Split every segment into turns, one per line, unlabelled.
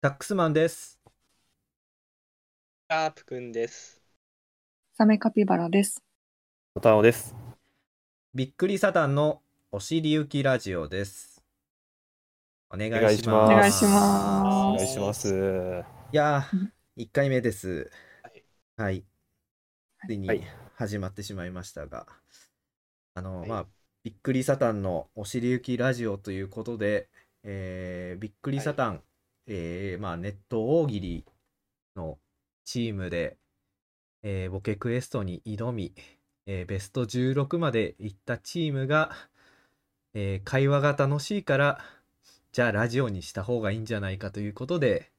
タックスマンです。
シャープくんです。
サメカピバラです。
おたおです。
びっくりサタンのお尻行きラジオです。お願いし
お
ます。
願いし
お願
ま
お願
い
す。
い
し
し
ま
ます。はい
やー、一回目です。
はい
はい。ついに
はい
始まってしまいましたが、あの、
はい
まあ、びっくりサタンのお尻行きラジオということで、えーびっくりサタン、えーまあ、ネット大喜利のチームで、えーボケクエストに挑み、えーベスト16まで行ったチームが、えー会話が楽しいから、じゃあラジオにした方がいいんじゃないかということで、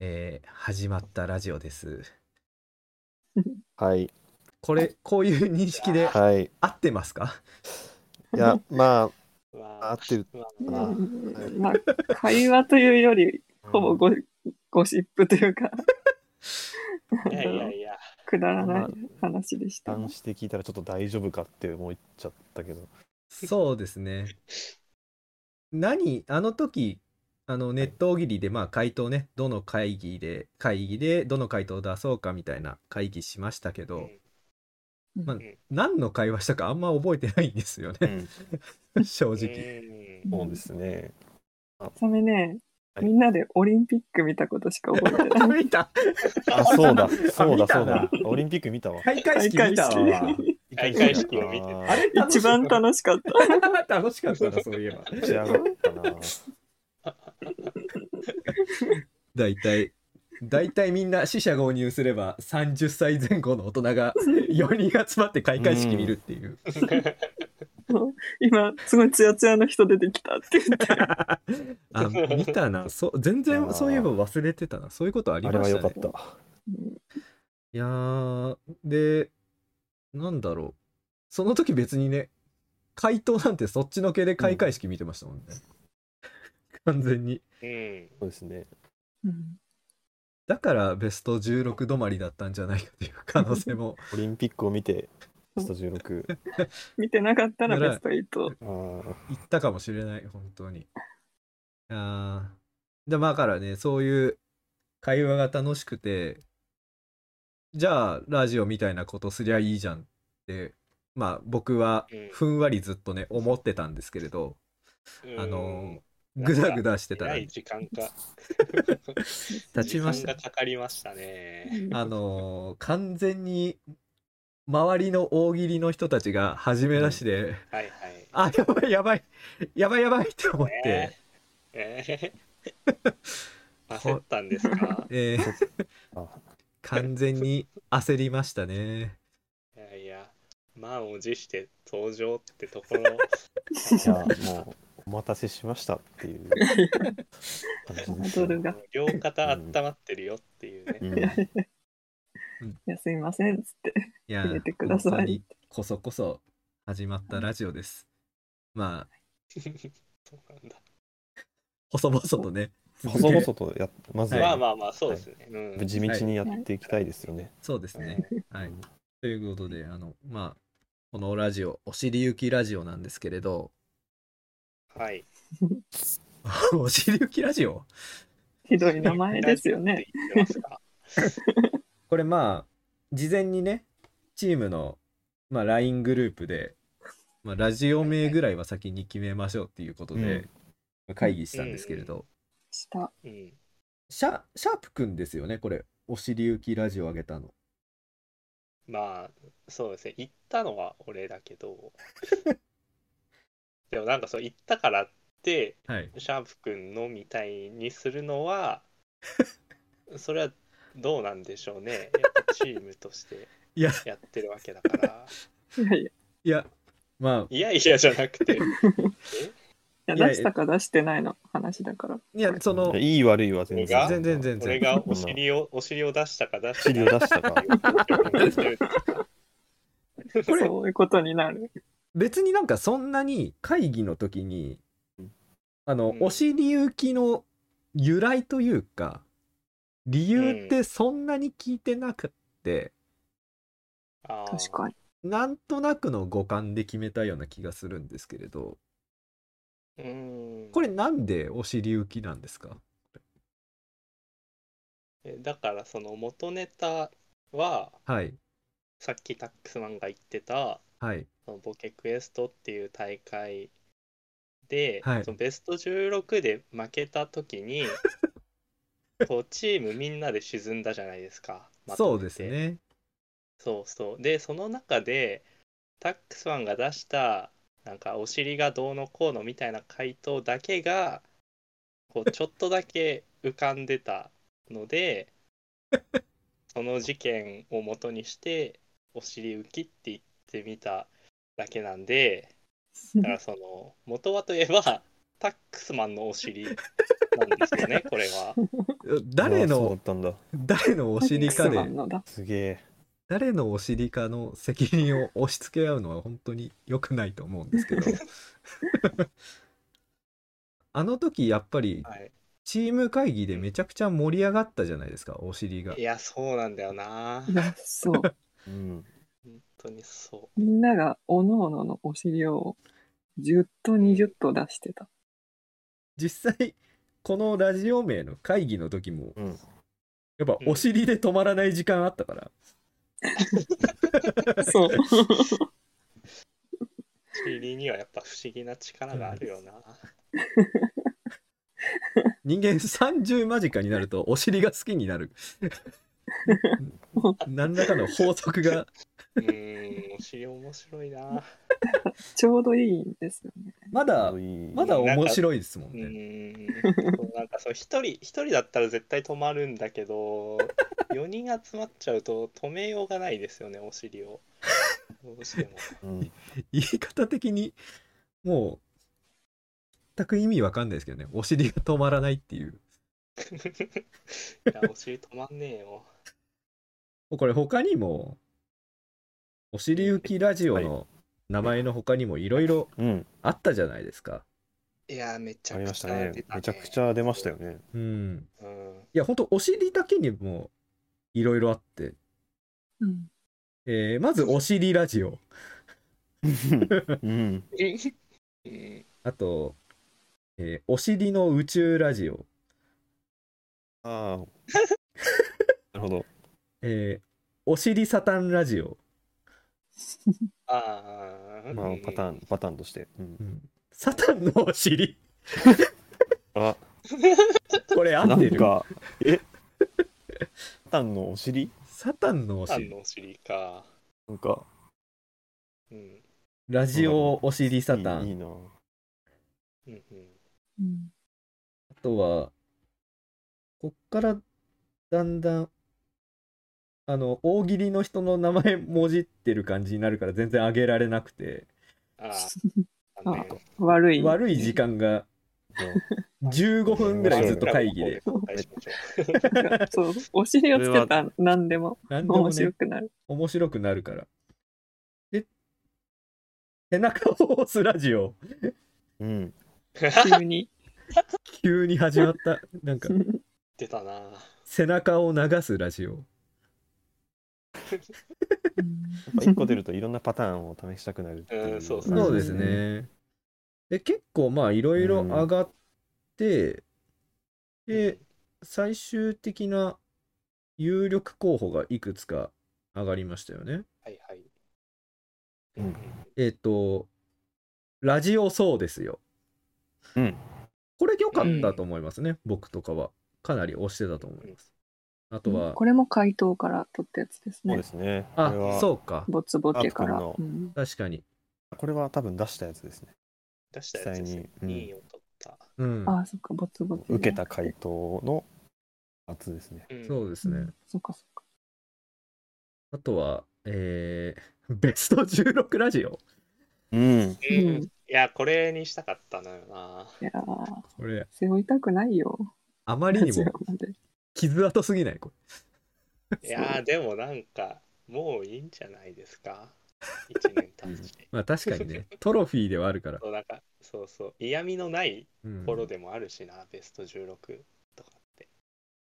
えー始まったラジオです。
い
これ、こういう認識で
はい。い
合ってますか
やまあ合
わ
ってる。
ーわ
う
ー
ま
んま
あ
あ、会話というより、ほぼゴゴシップというか、
いやいやいや、
くだらない話でした。
男子で聞いたらちょっと大丈夫かって思っちゃったけど。
そうですね。何あの時あのネット大喜利でまあ回答ねどの会議で会議でどの回答を出そうかみたいな会議しましたけ
う
ど
ん
まあ
ん
何の会話したかあんま覚えてないんですよね 正直
うん
そうですね。
サメね、
はい
みんなでオリンピック見たことしか覚えてない。
見た
あそうだそうだ
見た
そう
な
だ。オリンピック見たわ。
開会式見た
開
わ
開会式を見て
あ
あれ
一番
楽
楽しかった。
しかった 楽しかったなそういえば
ー仕上 がったな。
大体大体みんな死者購入すれば30歳前後の大人が4人集まって開会式見るっていう
今、すごいツヤツヤの人出てきたって言って。
あ見た なそ全
いや
然
ー
そういえば忘れてたなそういうことあり
あ
ま
れは
し
良
た
かっ
ね
た。
いやーでなんだろうその時別にね回答なんてそっちのけで開会式見てましたもんね、完全に
うん
そうですね。
うん
だからベスト16止まりだったんじゃないかという可能性も
オリンピックを見てベスト16。
見てなかったらベスト8。
あー
言ったかもしれない本当にあーでまあだからねそういう会話が楽しくてじゃあラジオみたいなことすりゃいいじゃんってまあ僕は
うん
ふんわりずっとね思ってたんですけれど、
う ん
あの
うん
グダグダしてた
えら
ら
い時間か。
立ちまし
時
た
間がかかりましたね。
あのー完全に周りの大喜利の人たちが始め出しで、
はいはい。
あやばいやばいやばいやばいって思って。
ええ えー焦ったんですか
えー
あ
完全に焦りましたね。
いやいや、満を持して登場ってところ。
じゃあもうお待たせしましたっていう感じでした
ドルが。
両肩温まってるよっていうね。
うん
いやいやいや、すいません、つって。
いや
入れてください
本当にこそこそ始まったラジオです。まあ、
そうなんだ
細々とね、続
細
け
々とやまず
まあ
は
まあまあ、そうですね。うん
地道にやっていきたいですよね。
そうですね。は
う
い
ん。
ということで、あの、まあ、このラジオ、お尻行きラジオなんですけれど、
はい。
お尻行きラジオ
ひどい名前ですよね。。
言ってますか
これまあ、事前にね、チームの、まあ、LINE グループで、まあ、ラジオ名ぐらいは先に決めましょうっていうことで、会議したんですけれど、
した。
うん。
シャシャープくんですよねこれお尻行きラジオ上げたの
まあ、そうですね。行ったのは俺だけど。 でもなんかそう、行ったからって、
はい
シャープくんのみたいにするの は、それはどうなんでしょうね。やっぱチームとして
いや
やってるわけだから。
いやいや
いやまあ
いやいやじゃなくて。
いや
いや
出したか出してないの話だから。
いやその
いい悪いは全
俺が
然
全然全
俺
然
がお尻を、お尻を出したか出して
尻
ない
を出したか。
これ
そういうことになる。
別になんかそんなに会議の時に
うん
あの、
うん
お尻行きの由来というか理由ってそんなに聞いてなくって、
あー
確かに。
なんとなくの五感で決めたような気がするんですけれど
うん
これなんでお尻行きなんですか
えだからその元ネタは
はい。
さっきタックスマンが言ってた
はい。
そのボケクエストっていう大会で、
はい
そのベスト16で負けた時 にこうチームみんなで沈んだじゃないですか、まと
そ
めて
うですね。
そうそうでその中でタックスマンが出したなんかお尻がどうのこうのみたいな回答だけがこうちょっとだけ浮かんでたのでその事件を元にしてお尻浮きって言ってみただけなんでだからその元はといえばタックスマンのお尻なんですよねこれは。
誰
うわそ
の
うだっ、たんだ
誰のお尻か
タックスマ
で
ン、のだ
すげえ
誰のお尻かの責任を押し付け合うのは本当に良くないと思うんです けど。あの時やっぱり
はい、
チーム会議でめちゃくちゃ盛り上がったじゃないですか、お尻が
い。やそうなんだよない
や、 そう。
うん
本当にそう。
みんながおのおののお尻を10と20と出してた。
実際、このラジオ名の会議の時も、
うん
やっぱお尻で止まらない時間あったから、
そう。
地理にはやっぱ不思議な力があるよな。
人間30間近になるとお尻が好きにな る。何らかの法則が
うーん、お尻面白いな。
ちょうどいいんですよね。
ま だま
ま
だ面白いですもん
う
ね。
ーん、そうなんかそう一人一人だったら絶対止まるんだけど、4人集まっちゃうと止めようがないですよね、お尻を。どうしても。
うん
言い方的にもう全く意味わかんないですけどねお尻が止まらないっていう
いや、お尻止まんねえよ。
これ他にも「お尻浮きラジオ」の名前の他にもいろいろ
うん
あったじゃないですか
いや、めち
あ
ゃ
り
く
まし
ち
た
ゃ
ね
出た、ね。
めちゃくちゃ出ましたよね
うん
うん。
いやほんとお尻だけにもいろいろあって、
うん。
えーまず「お尻ラジオ
うん
うん。」
あと、えーお尻の宇宙ラジオ」
ああなるほど
えーお尻サタンラジオ」
ああ、
まあパター
ン。
ンパターンとしてうん
うんサタンのお尻
あ
これ合
な
って
ん
る
かえサタンのお尻
サタンのお
パターン
尻
のお尻か。
なんか
うん。
ラジオお尻サタン
いいいいな
うんうん。
うん
あとは、こっからだんだん、あの、大喜利の人の名前もじってる感じになるから全然あげられなくて、
ああ、
あ
残念
悪い。
悪い時間が
じゃあ
15分ぐらいずっと会議で、
紹介しましょ
そう。お尻をつけたら何でも
なんでも
面白
ね、
くなる。
面白くなるから。で、背中を押すラジオ、
うん
う
急に。
急に始まった、なんか、
出たなぁ
背中を流すラジオ。
やっぱ一個出るといろんなパターンを試したくなるってい
うんそうそう
そうですね。で、結構まあ、いろいろ上がって、で、最終的な有力候補がいくつか上がりましたよね。
はいはい。
うん
えっ、と、ラジオそうですよ。
うん
これ良かったと思いますね、僕とかは。かなり推してたと思います。あとは、
これも回答から取ったやつです
そうで
ね。
すねこれ
あ、
は
そうか。
ボツボケから。
あこ
うん
確かに。
これは多分出したやつですね
出したやつですね。
実際にうん
いい音取った。
うん。
あ、そっか、ボツボケ。
受けた回答のやつですね
うん
そうですね。
うん。そっかそっか。
あとは、えー、 ベスト16ラジオ。
うん
うん
うん
いや、これにしたかったのよな。
いやー
これ、
背負いたくないよ。
あま りにも
ラジオまで
傷跡すぎないこ
いやー、でもなんか、もういいんじゃないですか。一年経つし。
れ。まあ確かにね、トロフィーではあるから。
そうなんか、そうそう。嫌味のない
うん
頃でもあるしな、ベスト16とかって。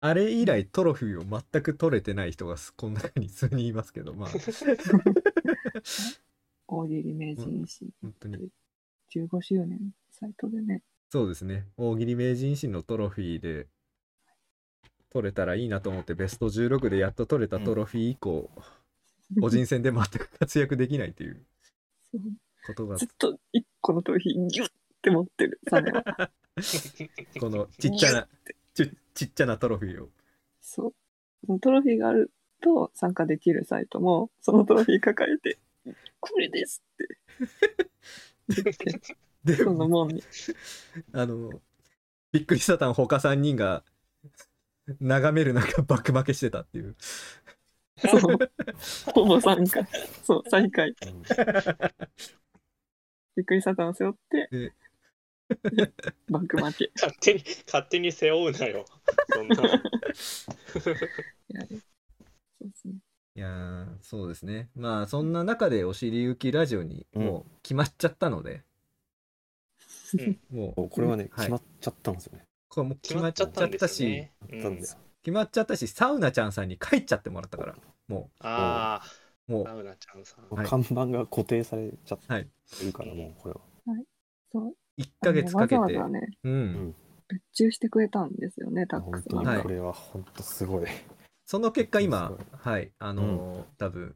あれ以来トロフィーを全く取れてない人がすこの中に数人いますけど、まあ、
大喜利名人誌
本当に。
15周年サイトでね。
そうですね。大喜利名人誌のトロフィーで、取れたらいいなと思ってベスト16でやっと取れたトロフィー以降、個人戦で全く活躍できないということが
ずっと一個の頭皮ギュッて持ってる。サメは
こ のちっちゃなちっちっちゃなトロフィーを
そう。そのトロフィーがあると参加できるサイトも、そのトロフィー抱えて、これです
で
その門に。
あのびっくりサタン他3人が眺める中バック負けしてたっていう
そう。 ほぼ参加。そう、最下位。
うん
びっくりサタンを背負って
で、
バック負け。い
勝手に勝手に背負うなよそんな
やそうですね。
いやーそうですねまあそんな中でお尻行きラジオにもう決まっちゃったので、もう
おこれはね、
い
決まっちゃったんですよね。
これもう
決
決
ま
ま
っ
っ
ち
ち
ゃ
ゃ
っ
った
んで
た
すよ
し
ね、
あったんだよ。
決まっちゃったしサウナちゃんさんに帰っちゃってもらったからも
ああ
うもう
サウナちゃんさん
はい
看板が固定されちゃっ
はい
てるから、もうこれは。
そう。
1ヶ月かけて
あのわざわざね、
うん
別注してくれたんですよね、タック
本
ス
当
マン
は
に
い
これは本当すごい。
その結果今
そうそ
はいあのー多分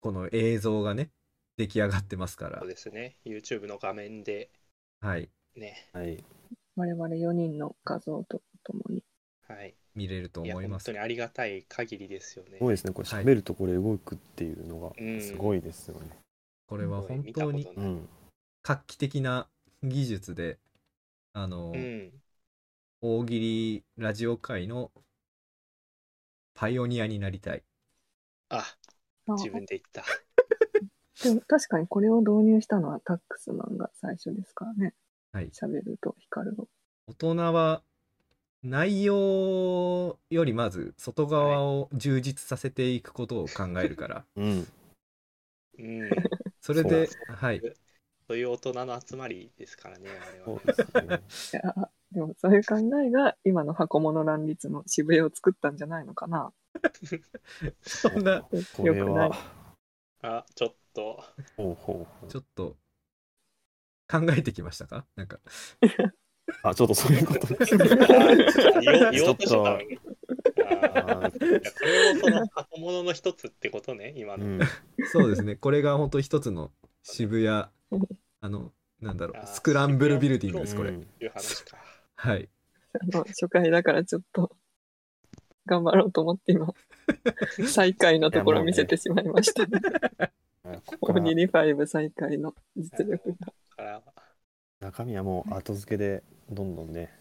この映像がね出来上がってますから
そうですね YouTube の画面で
はい
ね
はい。
我々4人の画像とともに。
はい
見れると
いや
思いま
本
す
当にありがたい限りですよね
すごいですね。これ
はい
喋るとこれ動くっていうの
うん
がすごいですよね。
これは本当に
見たこと
う
ない
ん。
画期的な技術であの
う
ー
ん
大喜利ラジオ界のパイオニアになりたい
あ
あ
自分で言った
でも確かにこれを導入したのはタックスマンが最初ですからね。
はい
喋ると光るの。
大人は内容よりまず外側を充実させていくことを考えるから、
うん。
うん
それで
そ
はい
そういう大人の集まりですからねあれは
そ
ね
うですね。
いやでもそういう考えが今の箱物乱立の渋谷を作ったんじゃないのかな。
そんな
これ
よくな、
はい
あちょっ と
ほうほうほう
ちょっと考えてきましたかなんか
あ、ちょっとそういうことです
あ
ね。
言おう言おうとしてたのに
あ
あ
ー
ーいやこれもその箱物の一つってことね今
う
の
ん。
そう ですねこれが本当一つの渋谷あのなんだろ
あー
うスクランブルビルディングですこ
う
れ
ん
いう話か
はい
あの初回だからちょっと 頑張ろうと思って 今最下位のところ見せてしまいました。
あここ
オ
から
ニリファイブ最下位の実力が。
だから
中身はもう後付けでどんどんね、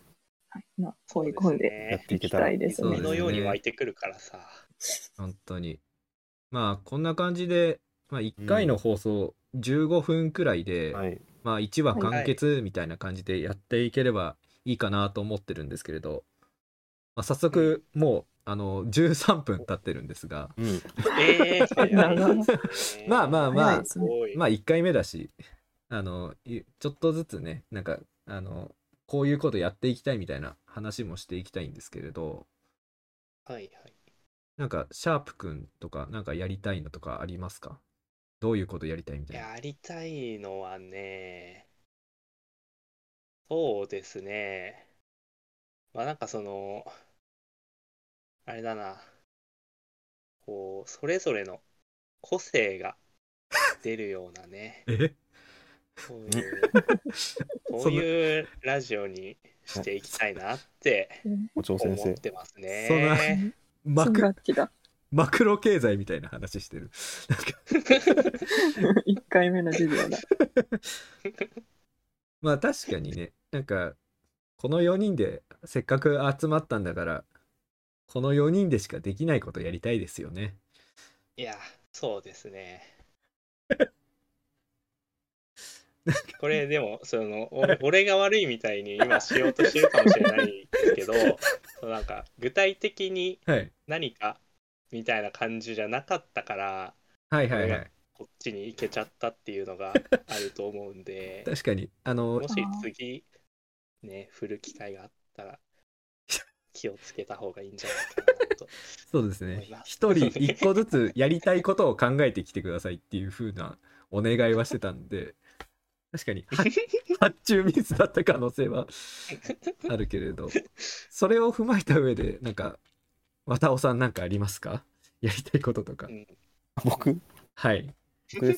はい、まあ、追い込んで
やっ
ね
てい
い
け
き
たら
た。いです
そう
ね。
で
海
す
のように
ね
湧いてくるか らさ
本当にまあこんな感じで、まあ、1回の放送15分くらいで、
はい。
まあ1話完結みたいな感じでやっていければいいかなと思ってるんですけれど、まあ、早速もうあの13分経ってるんですが
うん。
ええ早いですね
まあまあま
早い
あ
です
す
ね。
ごい
まあ1回目だしあのいちょっとずつねなんかあのこういうことやっていきたいみたいな話もしていきたいんですけれど
はいはい
なんかシャープくんとかなんかやりたいのとかありますかどういうことやりたいみたいな、
やりたいのはね、そうですね。まあなんかその、あれだな、こう、それぞれの個性が出るようなね
え
そういう、そういうラジオにしていきたいなって
校長
思
先生
っ。てます
そんな
ね。
マク
楽器だ。
マクロ経済みたいな話してるなんか
1回目の授業だ。
まあ確かにねなんかこの4人でせっかく集まったんだからこの4人でしかできないことやりたいですよね
いや、そうですね。これでもそのお 俺が悪いみたいに今しようとしてるかもしれないですけどそうなんか具体的に
はい
何かみたいな感じじゃなかったから
はいはいはい
こっちに行けちゃったっていうのがあると思う んで
確かにあの
もし次ね振る機会があったら気をつけた方がいいんじゃないかなと。
そうです
思
ね
います
一人一個ずつやりたいことを考えてきてくださいっていう風なお願いはしてたんで確か には発注ミスだった可能性はあるけれどそれを踏まえた上でなんか綿尾さんなんかありますかやりたいこととか
うん
僕
はい
僕 で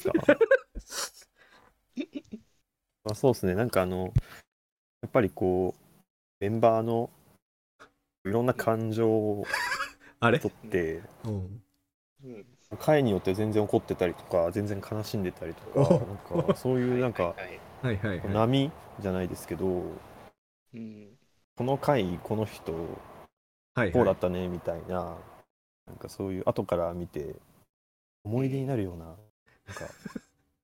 すかまあそうですねなんかあのやっぱりこうメンバーのいろんな感情を
あれ
とって
うん
うん
会によって全然怒ってたりとか全然悲しんでたりと
お
かなんかそういうなん
は
か
いはいは
はいは
い
いはい
波じゃないですけど
うん
この回この人
はい
こうだ
は
っ
い
たねみたいななんかそういう後から見て思い出になるよう ななんか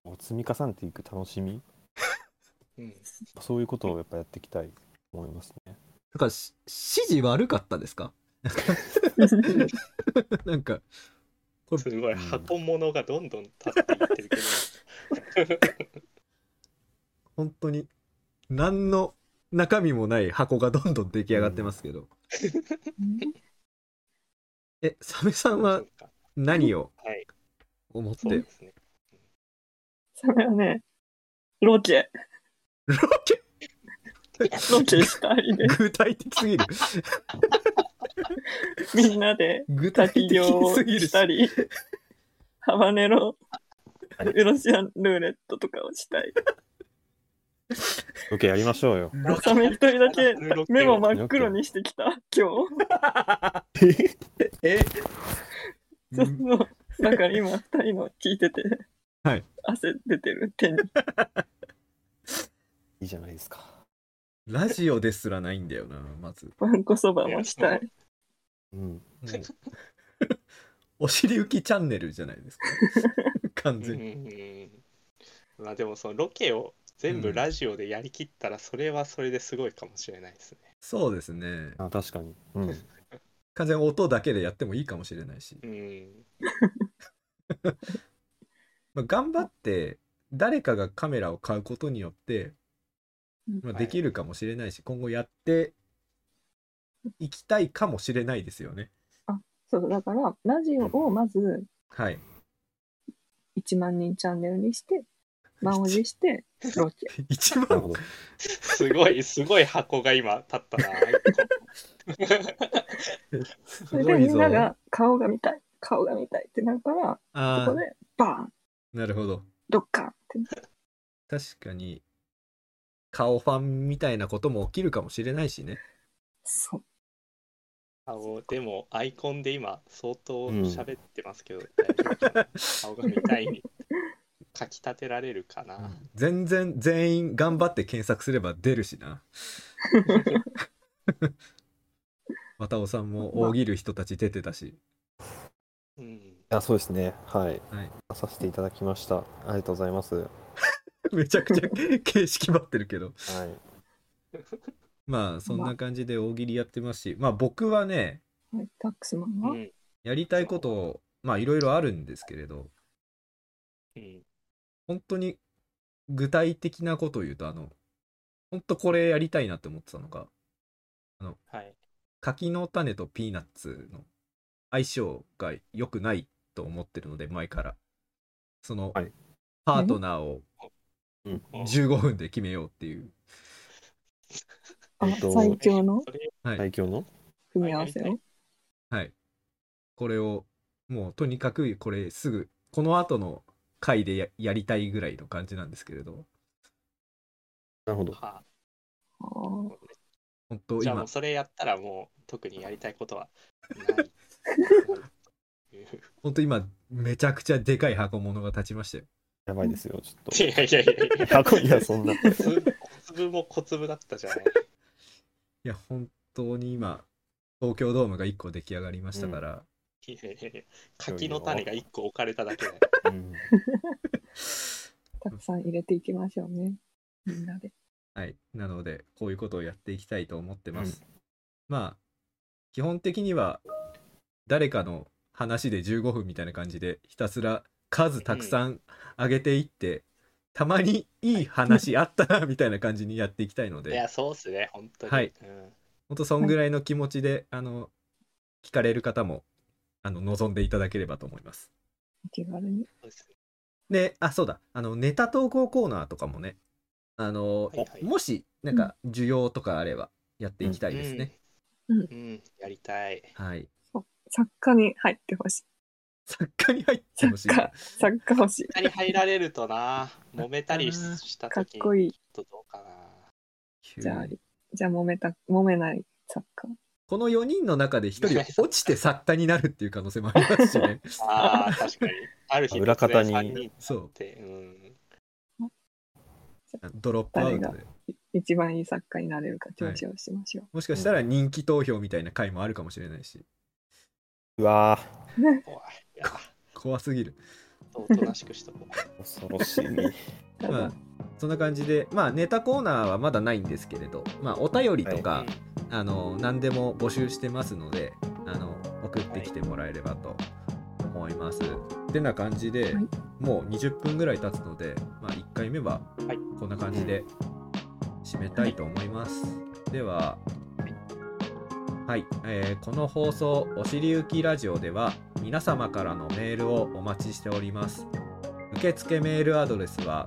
こう積み重ねていく楽しみ
うん
そういうことをやっぱやっていきたいと思いますね。
だからし指示悪かったですか なんか
すごい箱物がどんどん立っていってる けど
本当に何の中身もない箱がどんどん出来上がってますけど、えサメさんは
そうか
何を
はい
思っ
そう
て
ですね
それはね、ロケ、
ロケ
ロケしたいで、
具体的すぎる
みんなで
具体
滝
的
行
すぎる
したり、ハバネロ
は、い
ロシアンルーレットとかをしたい。
ロケやりましょうよ。
サメ一人だけ目も真っ黒にしてきた、今日。
え
その、だから今二人の聞いてて、
はい
汗出てる手に。
いいじゃないですか。
ラジオですらないんだよなまず、
わんこそばもしたい。
うん。
お尻浮きチャンネルじゃないです か完全に、
うんまあでもそのロケを全
う
部
ん
ラジオでやりきったらそれはそれですごいかもしれないですね。
そうですね
あ確かに。うん。
完全に音だけでやってもいいかもしれないし、
うん。
まあ、頑張って誰かがカメラを買うことによって
うん、
まあ、
はい
できるかもしれないし、今後やっていきたいかもしれないですよね
そう、だから、ラジオをまず
はい
1万人チャンネルにして、満を持して、ロ ケ。
一
なるほ
番
ど。
すご い、すごい箱が今立ったな。
そ
す
れ
ご
で
い
みん
ぞ
なが顔が見たい、顔が見たいってなるから、
あ
そこ
ー
でバーン、
なるほど
ドッカンってなる。
確かに顔ファンみたいなことも起きるかもしれないしね
そう。
あのでもアイコンで今相当
うん
喋ってますけど、大丈夫かな顔が見たいにかき立てられるかな。
全然全員頑張って検索すれば出るしな 綿尾さんも大喜る人たち出てたし
うん。
あそうですね。はい。
はい
出させていただきました。ありがとうございます。は
めちゃくちゃ形式ばってるけど
い。
まあそんな感じで大喜利やってますしまあ僕はね
はいタックスマン
う
は、
ん。
やりたいことをまあいろいろあるんですけれど
うん。
本当に具体的なことを言うとあの本当これやりたいなって思ってたのが
はい。
柿の種とピーナッツの相性が良くないと思ってるので前からその、
はい
パートナーを
もう
15分で決めようっていう、
あ
えっと
最強の
それ
はい
最強の
組み合わせを。
はい、これをもうとにかくこれすぐこの後の回でややりたいぐらいの感じなんですけれど
なるほど。
は
あー
本当
じゃあも
今
うそれやったらもう特にやりたいことはない。
本当今めちゃくちゃでかい箱物が立ちましたよ
やばいですよ。ちょ
い
っ
やいやいやいや
と。箱にはそんな。
粒小粒も小粒だったじゃない。
いや本当に今東京ドームが1個出来上がりましたから、
いやいやいや柿の種が1個置かれただけで。
うん。
たくさん入れていきましょうね。みんなで。
はい、なのでこういうことをやっていきたいと思ってます。
う
まあ基本的には誰かの話で15分みたいな感じでひたすら数たくさん上げていって、たまにいい話あったなみたいな感じにやっていきたいの
い
で
や、そうっすね、本当に。
はい
うん
ほんとそんぐらいの気持ちであの聞かれる方もあの望んでいただければと思います。
お気軽に。
そうっすね
であそうだあのネタ投稿コーナーとかもねあの、
はいはい
もしなんか需要とかあればやっていきたいですね。
うん
うん、うんやりたい。
はい。
作家に入ってほしい。
作家に入ってほし
作
い。
家、作家欲しい。
他に入られるとな、揉めたりした
かっ
時に
こいい。
ちょっとどうかな。
急に
じゃあ、じゃあ揉めた、揉めない作家。
この4人の中で1人落ちて作家になるっていう可能性もありますし ね。
ああ、確かに。ある日、
裏方に
突然三人
そう
って、うん。
ドロップアウト
誰
で。
一番いい作家になれるか調子をしましょ
もしかしたら人気投票みたいな回もあるかもしれないし、
うわ
怖い。いや、
怖すぎる。
おとなしくしとこう。
ー恐ろ しい。
う。
まあ、そんな感じで、まあ、ネタコーナーはまだないんですけれど、まあ、お便りとか、
うん
あの何でも募集してますのであの送ってきてもらえればと思います。てな感じで、
はい
もう20分ぐらい経つので、まあ、1回目は
はい
こんな感じで締めたいと思います。では、はいえーこの放送「おしりゆきラジオ」では皆様からのメールをお待ちしております。受付メールアドレスは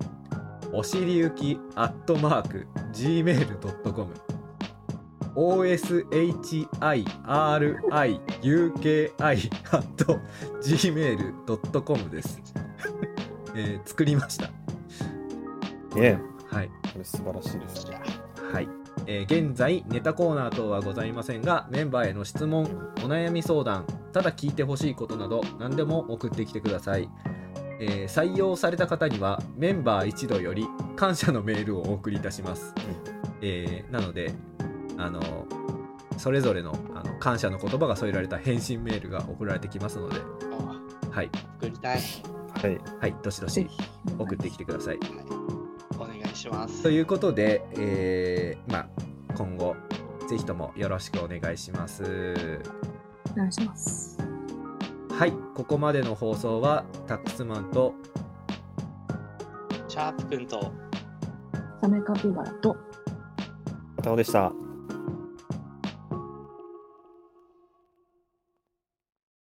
おしりゆきアットマーク gmail.com oshiriuki アット gmail.com です、えー作りました
ね
はい
これ素晴らしいです。
はい、えー現在ネタコーナー等はございませんがメンバーへの質問お悩み相談ただ聞いてほしいことなど何でも送ってきてください、えー採用された方にはメンバー一同より感謝のメールをお送りいたします、えーなのであのそれぞれのあの感謝の言葉が添えられた返信メールが送られてきますので、
あ
はい、
送りたい。
はい。
はい、どしど
ぜ
し
ひ
送ってきてください。
お願いします。
ということで、えーまあ、今後、ぜひともよろしくお願いします。
お願いします。
はい、ここまでの放送は、タックスマンと、
シャープくんと
サメカピバラと
片尾でした。